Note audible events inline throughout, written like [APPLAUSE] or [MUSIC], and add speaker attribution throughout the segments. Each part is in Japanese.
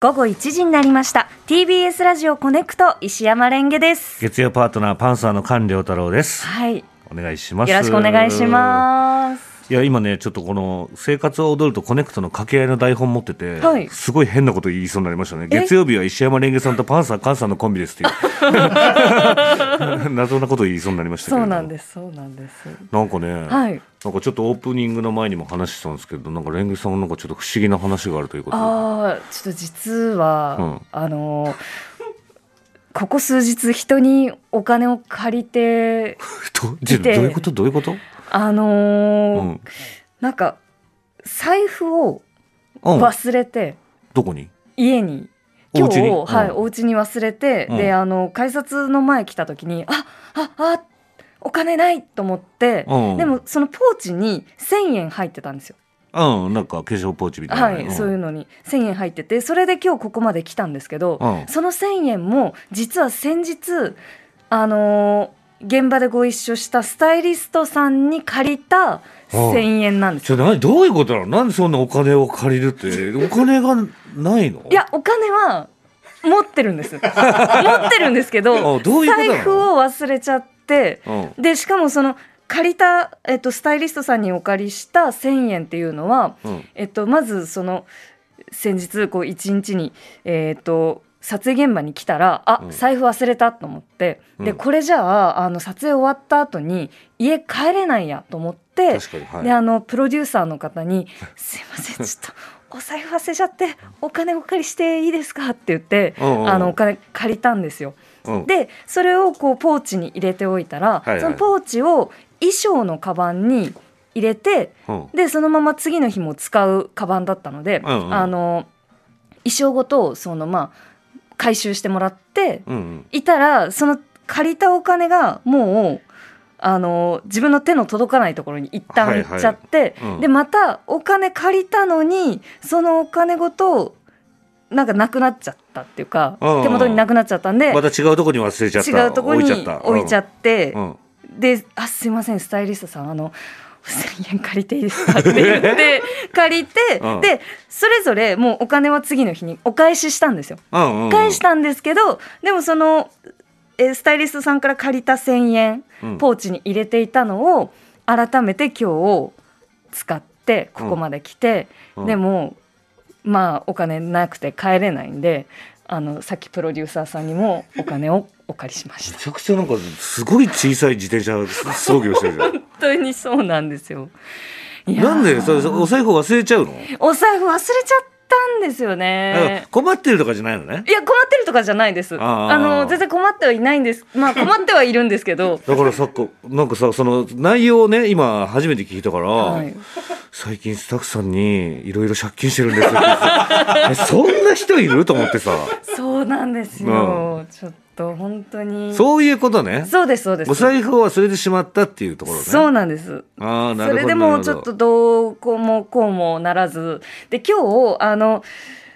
Speaker 1: 午後1時になりました TBS ラジオコネクト石山レンゲです
Speaker 2: 月曜パートナーパンサーの菅良太郎です。
Speaker 1: はい
Speaker 2: お願いします。
Speaker 1: よろしくお願いします
Speaker 2: す。いや今ねちょっとこの生活を踊るとコネクトの掛け合いの台本持ってて、
Speaker 1: はい
Speaker 2: すごい変なこと言いそうになりましたね。
Speaker 1: え
Speaker 2: 月曜日は石山レンゲさんとパンサー菅さんのコンビで
Speaker 1: [LAUGHS]
Speaker 2: すっていう謎なこと言いそうになりましたけ
Speaker 1: そう
Speaker 2: れども。
Speaker 1: なんですそうなんです
Speaker 2: なんかね、
Speaker 1: はい
Speaker 2: なんかちょっとオープニングの前にも話してたんですけど、なんかレンゲさんなんかちょっと不思議な話があるということで。
Speaker 1: ああちょっと実は、
Speaker 2: うん
Speaker 1: あのここ数日人にお金を借りて
Speaker 2: どじゃあ
Speaker 1: 見て
Speaker 2: どういうことどういうこと？
Speaker 1: あの
Speaker 2: う
Speaker 1: ー
Speaker 2: ん。
Speaker 1: なんか財布を
Speaker 2: うん。
Speaker 1: 忘れて
Speaker 2: どこに？
Speaker 1: 家に
Speaker 2: お
Speaker 1: 今
Speaker 2: 家
Speaker 1: 日
Speaker 2: に
Speaker 1: はい、
Speaker 2: うん
Speaker 1: お家に忘れて、
Speaker 2: うん
Speaker 1: であの改札の前来た時にあああお金ないと思って、
Speaker 2: うん
Speaker 1: でもそのポーチに1,000円入ってたんですよ、
Speaker 2: うん。なんか化粧ポーチみたいな
Speaker 1: は
Speaker 2: ね。
Speaker 1: い、
Speaker 2: ん
Speaker 1: そういうのに1,000円入っててそれで今日ここまで来たんですけど、
Speaker 2: うん
Speaker 1: その1,000円も実は先日あのー現場でご一緒したスタイリストさんに借りた1,000円なんです
Speaker 2: ちょ、なに、どういうことなのなんでそんなお金を借りるって、お金がないの
Speaker 1: い、や、お金は持ってるん
Speaker 2: [LAUGHS]
Speaker 1: です。持ってるんですけど、
Speaker 2: あどういうことなの
Speaker 1: 財布を忘れちゃって、
Speaker 2: うん。
Speaker 1: で、しかもその、借りた、えっと、スタイリストさんにお借りした1000円っていうのは、
Speaker 2: うん。
Speaker 1: えっと、まずその、先日、こう、一日に、えっと、撮影現場に来たら、あ、
Speaker 2: うん
Speaker 1: 財布忘れたと思って、
Speaker 2: う
Speaker 1: で、
Speaker 2: ん
Speaker 1: これじゃあ、あの、撮影終わった後に、家帰れないやと思って、
Speaker 2: 確かに、はい。
Speaker 1: であのプロデューサーの方
Speaker 2: [LAUGHS]
Speaker 1: に「すいませんちょっとお財布忘れちゃってお金お借りしていいですか?」って言って、
Speaker 2: うんうん
Speaker 1: あのお金借りたんですよ。
Speaker 2: うん、
Speaker 1: でそれをこうポーチに入れておいたら、
Speaker 2: はいはい
Speaker 1: そのポーチを衣装のカバンに入れて
Speaker 2: うん、
Speaker 1: でそのまま次の日も使うカバンだったので、
Speaker 2: うんうん
Speaker 1: あの衣装ごとそのまあ回収してもらって
Speaker 2: うんうん。
Speaker 1: いたらその借りたお金がもうあの自分の手の届かないところに一旦行っちゃって、
Speaker 2: はいうん
Speaker 1: でまたお金借りたのにそのお金ごとなんかなくなっちゃったっていうか、
Speaker 2: うん
Speaker 1: 手元になくなっちゃったんで、
Speaker 2: また違うとこに忘れちゃった。
Speaker 1: 違うところに置いちゃ
Speaker 2: っ
Speaker 1: って、
Speaker 2: うん。
Speaker 1: で「あすいませんスタイリストさんあの1,000円借りていいですか?」って言って借りて、
Speaker 2: うん
Speaker 1: でそれぞれもうお金は次の日にお返ししたんですよ。
Speaker 2: うんうんうん。
Speaker 1: 返したんですけどでもそのえースタイリストさんから借りた1,000円
Speaker 2: うん
Speaker 1: ポーチに入れていたのを改めて今日使ってここまで来て、
Speaker 2: うん
Speaker 1: でもまあお金なくて帰れないんであのさっきプロデューサーさんにもお金をお借りしまし
Speaker 2: め
Speaker 1: た。
Speaker 2: ちゃくちゃなんか、すごい小さい自転車操業してるじ
Speaker 1: [LAUGHS]
Speaker 2: ゃん。
Speaker 1: 本当にそうなんですよ。いやー
Speaker 2: なんで、それ、お財布忘れちゃうの、
Speaker 1: お財布忘れちゃったんですよ
Speaker 2: だから
Speaker 1: ね。
Speaker 2: 困ってるとかじゃないのね
Speaker 1: い。や困ってるとかじゃないです。
Speaker 2: ああ
Speaker 1: あの全然困ってはいないんです。ま
Speaker 2: [LAUGHS]
Speaker 1: あ困ってはいるんですけど。
Speaker 2: だからさっき、なんかさ、その内容をね、今初めて聞いたから、
Speaker 1: はい
Speaker 2: 最近スタッフさんにいろいろ借金してるんですよって言って [LAUGHS] えそんな人いると思ってさ
Speaker 1: そうなんですよ。ちょっと本当に。そう
Speaker 2: そういうことね
Speaker 1: ですそうです。
Speaker 2: お財布を忘れてしまったっていうところね
Speaker 1: そうなんです。
Speaker 2: ああな
Speaker 1: そ
Speaker 2: るほ
Speaker 1: れ
Speaker 2: ど
Speaker 1: で
Speaker 2: なる
Speaker 1: も
Speaker 2: ほ
Speaker 1: ち
Speaker 2: ど
Speaker 1: ょっとどうこうもこうもならずで今日あの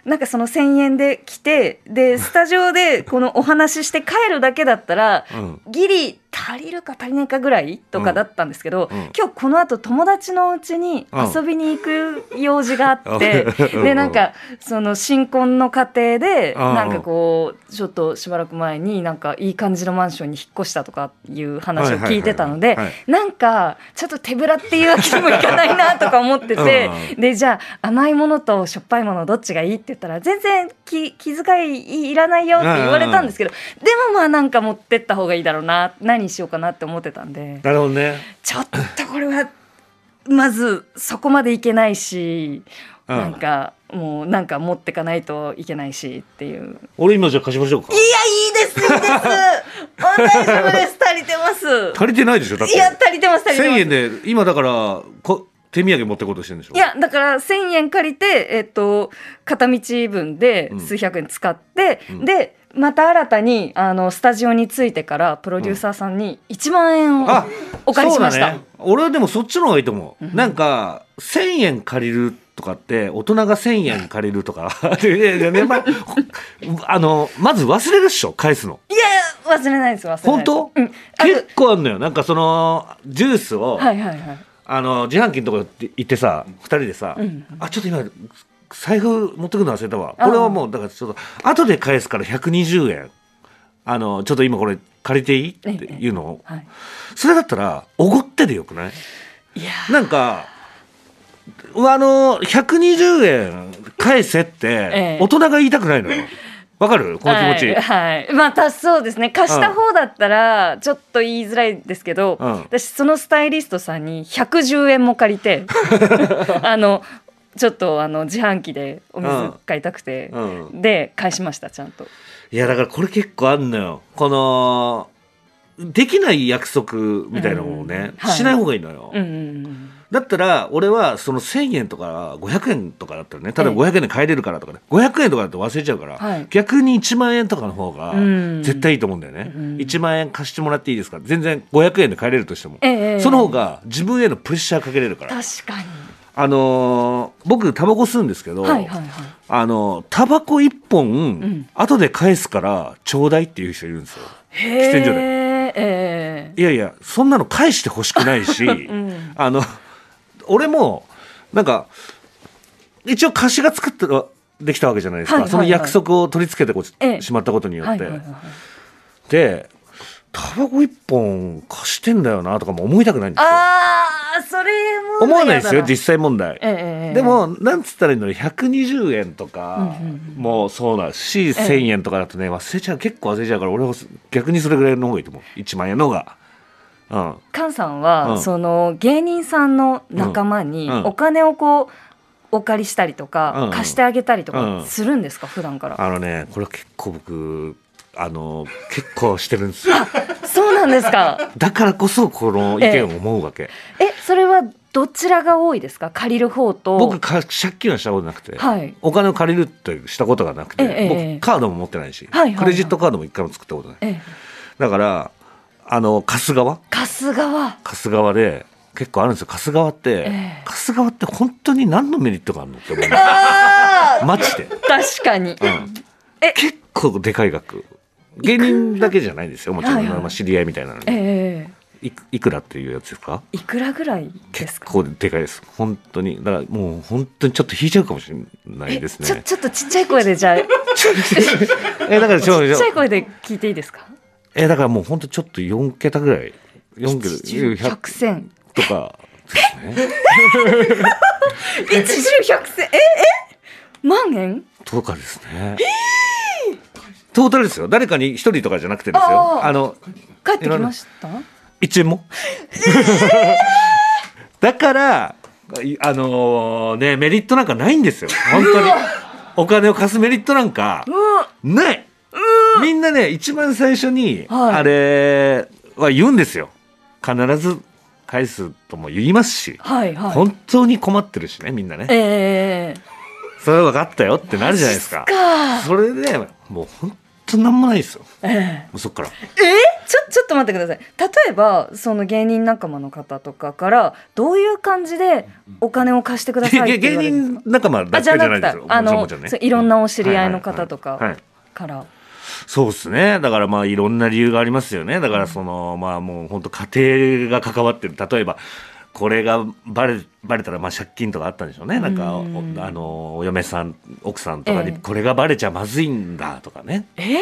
Speaker 1: なんかその1,000円で来てでスタジオでこのお話しして帰るだけだったら、
Speaker 2: うん
Speaker 1: ギリ足りるか足りないかぐらいとかだったんですけど、
Speaker 2: うんうん
Speaker 1: 今日この後友達のうちに遊びに行く用事があって、
Speaker 2: [LAUGHS] うん
Speaker 1: でなんかその新婚の家庭で
Speaker 2: うん
Speaker 1: なんかこうちょっとしばらく前になんかいい感じのマンションに引っ越したとかいう話を聞いてたの
Speaker 2: はい
Speaker 1: で
Speaker 2: はいはいはい
Speaker 1: なんかちょっと手ぶらっていうわけにもいかないなとか思っててでじゃあ甘いものとしょっぱいものどっちがいいって言ったら全然気気遣いいらないよって言われたんですけどでもまあなんか持ってった方がいいだろうな何しようかなって思ってたんで
Speaker 2: なるほどね
Speaker 1: ちょっとこれはまずそこまでいけないし。
Speaker 2: うん
Speaker 1: なんかもうなんか持ってかないといけないしっていう
Speaker 2: 俺今じゃあ貸しましょうか
Speaker 1: いやいいです
Speaker 2: [LAUGHS]
Speaker 1: いいですあ大丈夫です足りてます
Speaker 2: 足りてないでしょだっ
Speaker 1: い
Speaker 2: て
Speaker 1: や足りてます足りてま
Speaker 2: 1000
Speaker 1: す
Speaker 2: 円で今だからこ手土産持ってこうとしてるんでしょ
Speaker 1: いやだから1,000円借りて、えっと片道分で
Speaker 2: うん
Speaker 1: 数百円使って、
Speaker 2: うん
Speaker 1: でまた新たにあのスタジオに着いてからプロデューサーさんに1万円を
Speaker 2: あ
Speaker 1: お借りしまし
Speaker 2: そう
Speaker 1: た、
Speaker 2: だね俺はでもそっちの方がいいと思う、なんか1000円借りるとかって大人が1000円借りるとか [LAUGHS] いやいやねまあ [LAUGHS] あのまず忘れるっしょ返すの
Speaker 1: いやいや忘れないです忘れないです
Speaker 2: 本当、
Speaker 1: うん、あ
Speaker 2: 結構あんのよなんかそのジュースを、
Speaker 1: とはいはいはい
Speaker 2: あの自販機のとこ行ってさ2人でさ、
Speaker 1: うん
Speaker 2: あちょっと今財布持ってくの忘れたわこれはもうだからちょっと後で返すから120円あのちょっと今これ借りていいっていうのを、
Speaker 1: はい、
Speaker 2: それだったらおごってでよくない
Speaker 1: いや
Speaker 2: なんかあの120円返せって
Speaker 1: え
Speaker 2: 大人が言いたくないのよわかるこの気持ち、
Speaker 1: はい、はいまあたそうですね貸した方だったらちょっと言いづらいですけど、
Speaker 2: うん
Speaker 1: 私そのスタイリストさんに110円も借り
Speaker 2: [LAUGHS]
Speaker 1: てあのちょっとあの自販機でお水買いたくて、
Speaker 2: うん、
Speaker 1: で返しましたちゃんと
Speaker 2: いやだからこれ結構あんのよこのできない約束みたいなものをね、
Speaker 1: うんはい
Speaker 2: しない方がいいのよ、
Speaker 1: うんうんうん
Speaker 2: だったら俺はその1,000円とか500円とかだったらねただ
Speaker 1: ええ
Speaker 2: 500円で買えれるからとかね500円とかだと忘れちゃうから、
Speaker 1: はい
Speaker 2: 逆に1万円とかの方が
Speaker 1: うん
Speaker 2: 絶対いいと思うんだよね、
Speaker 1: うん
Speaker 2: 1万円貸してもらっていいですか全然500円で買えれるとしても、
Speaker 1: ええ
Speaker 2: その方が自分へのプレッシャーかけれるから
Speaker 1: 確かに
Speaker 2: あのー僕タバコ吸うんですけど、
Speaker 1: はいはいはい
Speaker 2: あのータバコ1本、
Speaker 1: ん
Speaker 2: 後で返すからちょうだいっていう人いるんですよ
Speaker 1: へ
Speaker 2: 店所で
Speaker 1: ええ
Speaker 2: いやいやそんなの返してほしくない
Speaker 1: [LAUGHS]
Speaker 2: し、
Speaker 1: ん
Speaker 2: あの俺もなんか一応貸しが作ってできたわけじゃないですか、
Speaker 1: はいはい
Speaker 2: その約束を取り付けてこう
Speaker 1: ええ
Speaker 2: しまったことに
Speaker 1: え
Speaker 2: よ
Speaker 1: は
Speaker 2: っ
Speaker 1: い
Speaker 2: て、
Speaker 1: はいはい
Speaker 2: でタバコ一本貸してんだよなとかも思いたくないんですよ
Speaker 1: ああそれも
Speaker 2: 思わないですよ
Speaker 1: 嫌だ
Speaker 2: 実際問題、
Speaker 1: ええええ
Speaker 2: でもなんつったらいいの120円とか
Speaker 1: うんうん
Speaker 2: もそうだし、
Speaker 1: え
Speaker 2: 1,000円とかだとね忘れちゃう結構忘れちゃうから俺は逆にそれぐらいの方がいいと思う1万円の方がうん
Speaker 1: 菅さんは、
Speaker 2: うん
Speaker 1: その芸人さんの仲間に
Speaker 2: うんうん
Speaker 1: お金をこうお借りしたりと
Speaker 2: うん
Speaker 1: か、
Speaker 2: うん
Speaker 1: 貸してあげたりと
Speaker 2: う
Speaker 1: か
Speaker 2: ん
Speaker 1: するんですか、普段から
Speaker 2: あのね、これは結構僕、あの、結構してる
Speaker 1: [LAUGHS]
Speaker 2: んですよ。
Speaker 1: そうなんです
Speaker 2: [LAUGHS]
Speaker 1: か
Speaker 2: だからこそ、この意見を思うわけ。
Speaker 1: えそれはどちらが多いですか借りる方と
Speaker 2: 僕か、借金はしたことなくて、
Speaker 1: はい
Speaker 2: お金を借りるってしたことがなくて、
Speaker 1: ええええ
Speaker 2: 僕、カードも持ってないし、
Speaker 1: はいはいはい
Speaker 2: クレジットカードも一回も作ったことない。
Speaker 1: ええ
Speaker 2: だから、あの、貸す側
Speaker 1: 貸す
Speaker 2: [LAUGHS]
Speaker 1: 側
Speaker 2: 貸す側で、結構あるんですよ。貸す側って、
Speaker 1: ええ
Speaker 2: 貸す側って本当に何のメリットがあるのって
Speaker 1: [LAUGHS]
Speaker 2: 思う。
Speaker 1: あ
Speaker 2: マジで。
Speaker 1: ー確かに、
Speaker 2: うん
Speaker 1: え
Speaker 2: 結構でかい額。芸人だけじゃないですよ。もちろん、
Speaker 1: はいはい
Speaker 2: まあ、知り合いみたいなのに。
Speaker 1: ええ
Speaker 2: いくいくらっていうやつですか
Speaker 1: いくらぐらいです
Speaker 2: 結
Speaker 1: か
Speaker 2: 構でかいです本当にだからもう本当にちょっと引いちゃうかもしれないです
Speaker 1: えちょ
Speaker 2: ね
Speaker 1: ちょっとちっちゃい声でじゃあちっ
Speaker 2: えだからちょ
Speaker 1: ちゃい
Speaker 2: ちょ
Speaker 1: 声で聞いていいですか
Speaker 2: えだからもう本当ちょっと4桁ぐらい4
Speaker 1: 1 0
Speaker 2: 桁
Speaker 1: 0千
Speaker 2: とかですね
Speaker 1: 一十百千ええ万円
Speaker 2: とかですねトータルですよ誰かに1人とかじゃなくてです
Speaker 1: あ
Speaker 2: よ
Speaker 1: ー
Speaker 2: あの
Speaker 1: 帰ってきました
Speaker 2: 1円もだからいあのーねメリットなんかないんですよ本当にお金を貸すメリットなんか
Speaker 1: うん
Speaker 2: ないみんなね一番最初に、
Speaker 1: はい
Speaker 2: あれは言うんですよ必ず返すとも言いますし、
Speaker 1: はいはい。
Speaker 2: 本当に困ってるしねみんなね
Speaker 1: ええ
Speaker 2: それは分かったよってなるじゃないですか
Speaker 1: か。
Speaker 2: それでもう本当なんもないですよも
Speaker 1: ええ
Speaker 2: うそっから
Speaker 1: ちょちょっと待ってください。例えばその芸人仲間の方とかからどういう感じでお金を貸してくださいって
Speaker 2: 芸
Speaker 1: 言われるんです
Speaker 2: 人
Speaker 1: か。
Speaker 2: 仲間だ
Speaker 1: あ
Speaker 2: け
Speaker 1: じ
Speaker 2: じ
Speaker 1: ゃ
Speaker 2: ゃ
Speaker 1: な
Speaker 2: な
Speaker 1: く
Speaker 2: いで
Speaker 1: て
Speaker 2: すよ
Speaker 1: あの
Speaker 2: もちろんもちろんね
Speaker 1: そういろんなお知り合いの方と
Speaker 2: はいはい
Speaker 1: か
Speaker 2: はいはい
Speaker 1: から。
Speaker 2: そうですね。だからまあいろんな理由がありますよね。だからその、まあもう本当家庭が関わってる。例えば、これがバレ、バレたらまあ借金とかあったんでしょうね。なんか、
Speaker 1: う
Speaker 2: お
Speaker 1: ん
Speaker 2: あの、お嫁さん、奥さんとか
Speaker 1: え
Speaker 2: に、
Speaker 1: え
Speaker 2: これがバレちゃまずいんだとかね。
Speaker 1: え？ [LAUGHS]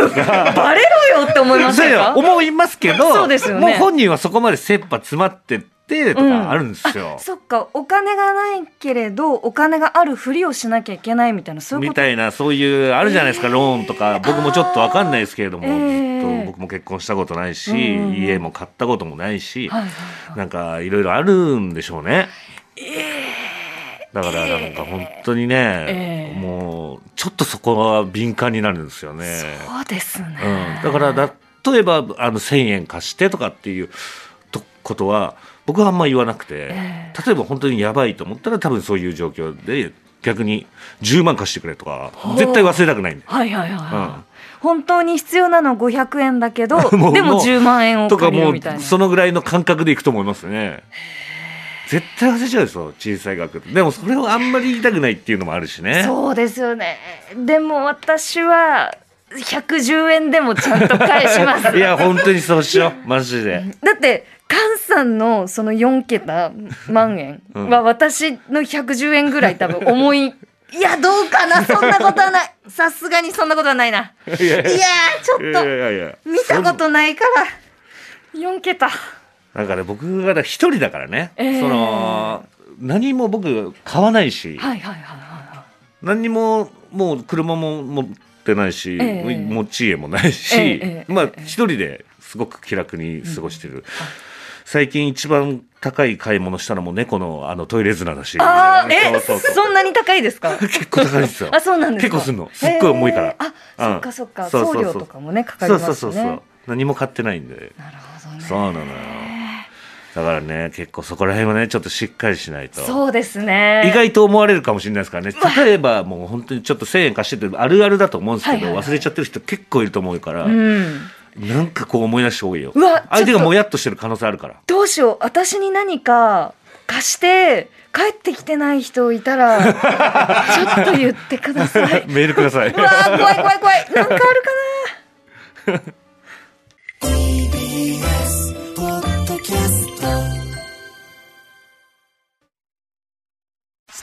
Speaker 1: バレろよって思いま
Speaker 2: そ
Speaker 1: せ
Speaker 2: うんいや
Speaker 1: か。
Speaker 2: 思いますけど、
Speaker 1: そうですよね
Speaker 2: もう本人はそこまで切羽詰まってってと
Speaker 1: うん
Speaker 2: かあるんですよ。
Speaker 1: そっかお金がないけれどお金があるふりをしなきゃいけないみたいなそういう
Speaker 2: み
Speaker 1: こと。
Speaker 2: たいな、そういう、あるじゃないですか、ローンとか、僕もちょっとわかんないですけれど
Speaker 1: あ
Speaker 2: も、
Speaker 1: ー
Speaker 2: ずっ
Speaker 1: え
Speaker 2: と
Speaker 1: え
Speaker 2: 僕も結婚したことないし、
Speaker 1: うんうんうん
Speaker 2: 家も買ったこともないし、
Speaker 1: はいはいはい
Speaker 2: なんかいろいろあるんでしょうね。だからなんか本当にね、
Speaker 1: ええ
Speaker 2: もうちょっとそこは敏感になるんですよね。
Speaker 1: そうですね。
Speaker 2: うん、だからだ例えばあの1,000円貸してとかっていうとことは僕はあんま言わなくて、
Speaker 1: え
Speaker 2: 例えば本当にやばいと思ったら多分そういう状況で逆に10万貸してくれとか
Speaker 1: う
Speaker 2: 絶対忘れたくないんで。
Speaker 1: はいはいはい、
Speaker 2: う
Speaker 1: は
Speaker 2: ん
Speaker 1: い本当に必要なの500円だけど
Speaker 2: もう
Speaker 1: で
Speaker 2: も
Speaker 1: も
Speaker 2: う
Speaker 1: 10万円を
Speaker 2: とか
Speaker 1: 借り
Speaker 2: も
Speaker 1: るみたいうな
Speaker 2: そのぐらいの感覚でいくと思いますね。絶対忘れちゃうですよ小さい額でもそれをあんまり言いたくないっていうのもあるしね
Speaker 1: そうですよねでも私は110円でもちゃんと返します
Speaker 2: いや本当にそうしようマジで
Speaker 1: だって菅さんのその4桁万円は私の110円ぐらい多分重
Speaker 2: [LAUGHS]
Speaker 1: い、いやどうかなそんなことはないさすがにそんなことはないないやー
Speaker 2: いやいや
Speaker 1: ちょっと
Speaker 2: いやいやいや
Speaker 1: 見たことないから4桁
Speaker 2: だから僕が一人だからね、
Speaker 1: ええ
Speaker 2: その何も僕買わないし
Speaker 1: はいはいはいは
Speaker 2: 何にももう車も持ってないし、
Speaker 1: ええ
Speaker 2: 持ち家もないし、
Speaker 1: ええ
Speaker 2: まあ一人ですごく気楽に過ごしてる、最近一番高い買い物したのも猫のあのトイレ綱だし
Speaker 1: いああえ
Speaker 2: そうそうそう
Speaker 1: そんなに高いですか
Speaker 2: 結構高いんですよ
Speaker 1: あそうなんですか
Speaker 2: 結構すんのすっごい重いから
Speaker 1: えー
Speaker 2: う
Speaker 1: あそ
Speaker 2: ん
Speaker 1: っかそっか
Speaker 2: そうそう
Speaker 1: 送
Speaker 2: そう
Speaker 1: 料とかもねかかり
Speaker 2: そう
Speaker 1: ますし
Speaker 2: そう
Speaker 1: ね
Speaker 2: そうそう何も買ってないんで
Speaker 1: なるほどね
Speaker 2: そうなのよだからね結構そこら辺はねちょっとしっかりしないと
Speaker 1: そうですね
Speaker 2: 意外と思われるかもしれないですからね例えばもう本当にちょっと1000円貸してってあるあるだと思うんですけど、
Speaker 1: はいはいはい
Speaker 2: 忘れちゃってる人結構いると思うから、
Speaker 1: うん
Speaker 2: なんかこう思い出した方がいいよ
Speaker 1: うわ
Speaker 2: 相手
Speaker 1: ちょっ
Speaker 2: が
Speaker 1: と
Speaker 2: もやっとしてる可能性あるから
Speaker 1: どうしよう私に何か貸して帰ってきてない人いたらちょっと言ってくだ
Speaker 2: [LAUGHS]
Speaker 1: さい
Speaker 2: メールくださいう
Speaker 1: わー怖い怖い怖いなんかあるかな
Speaker 3: TBS ポッドキャスト
Speaker 4: ス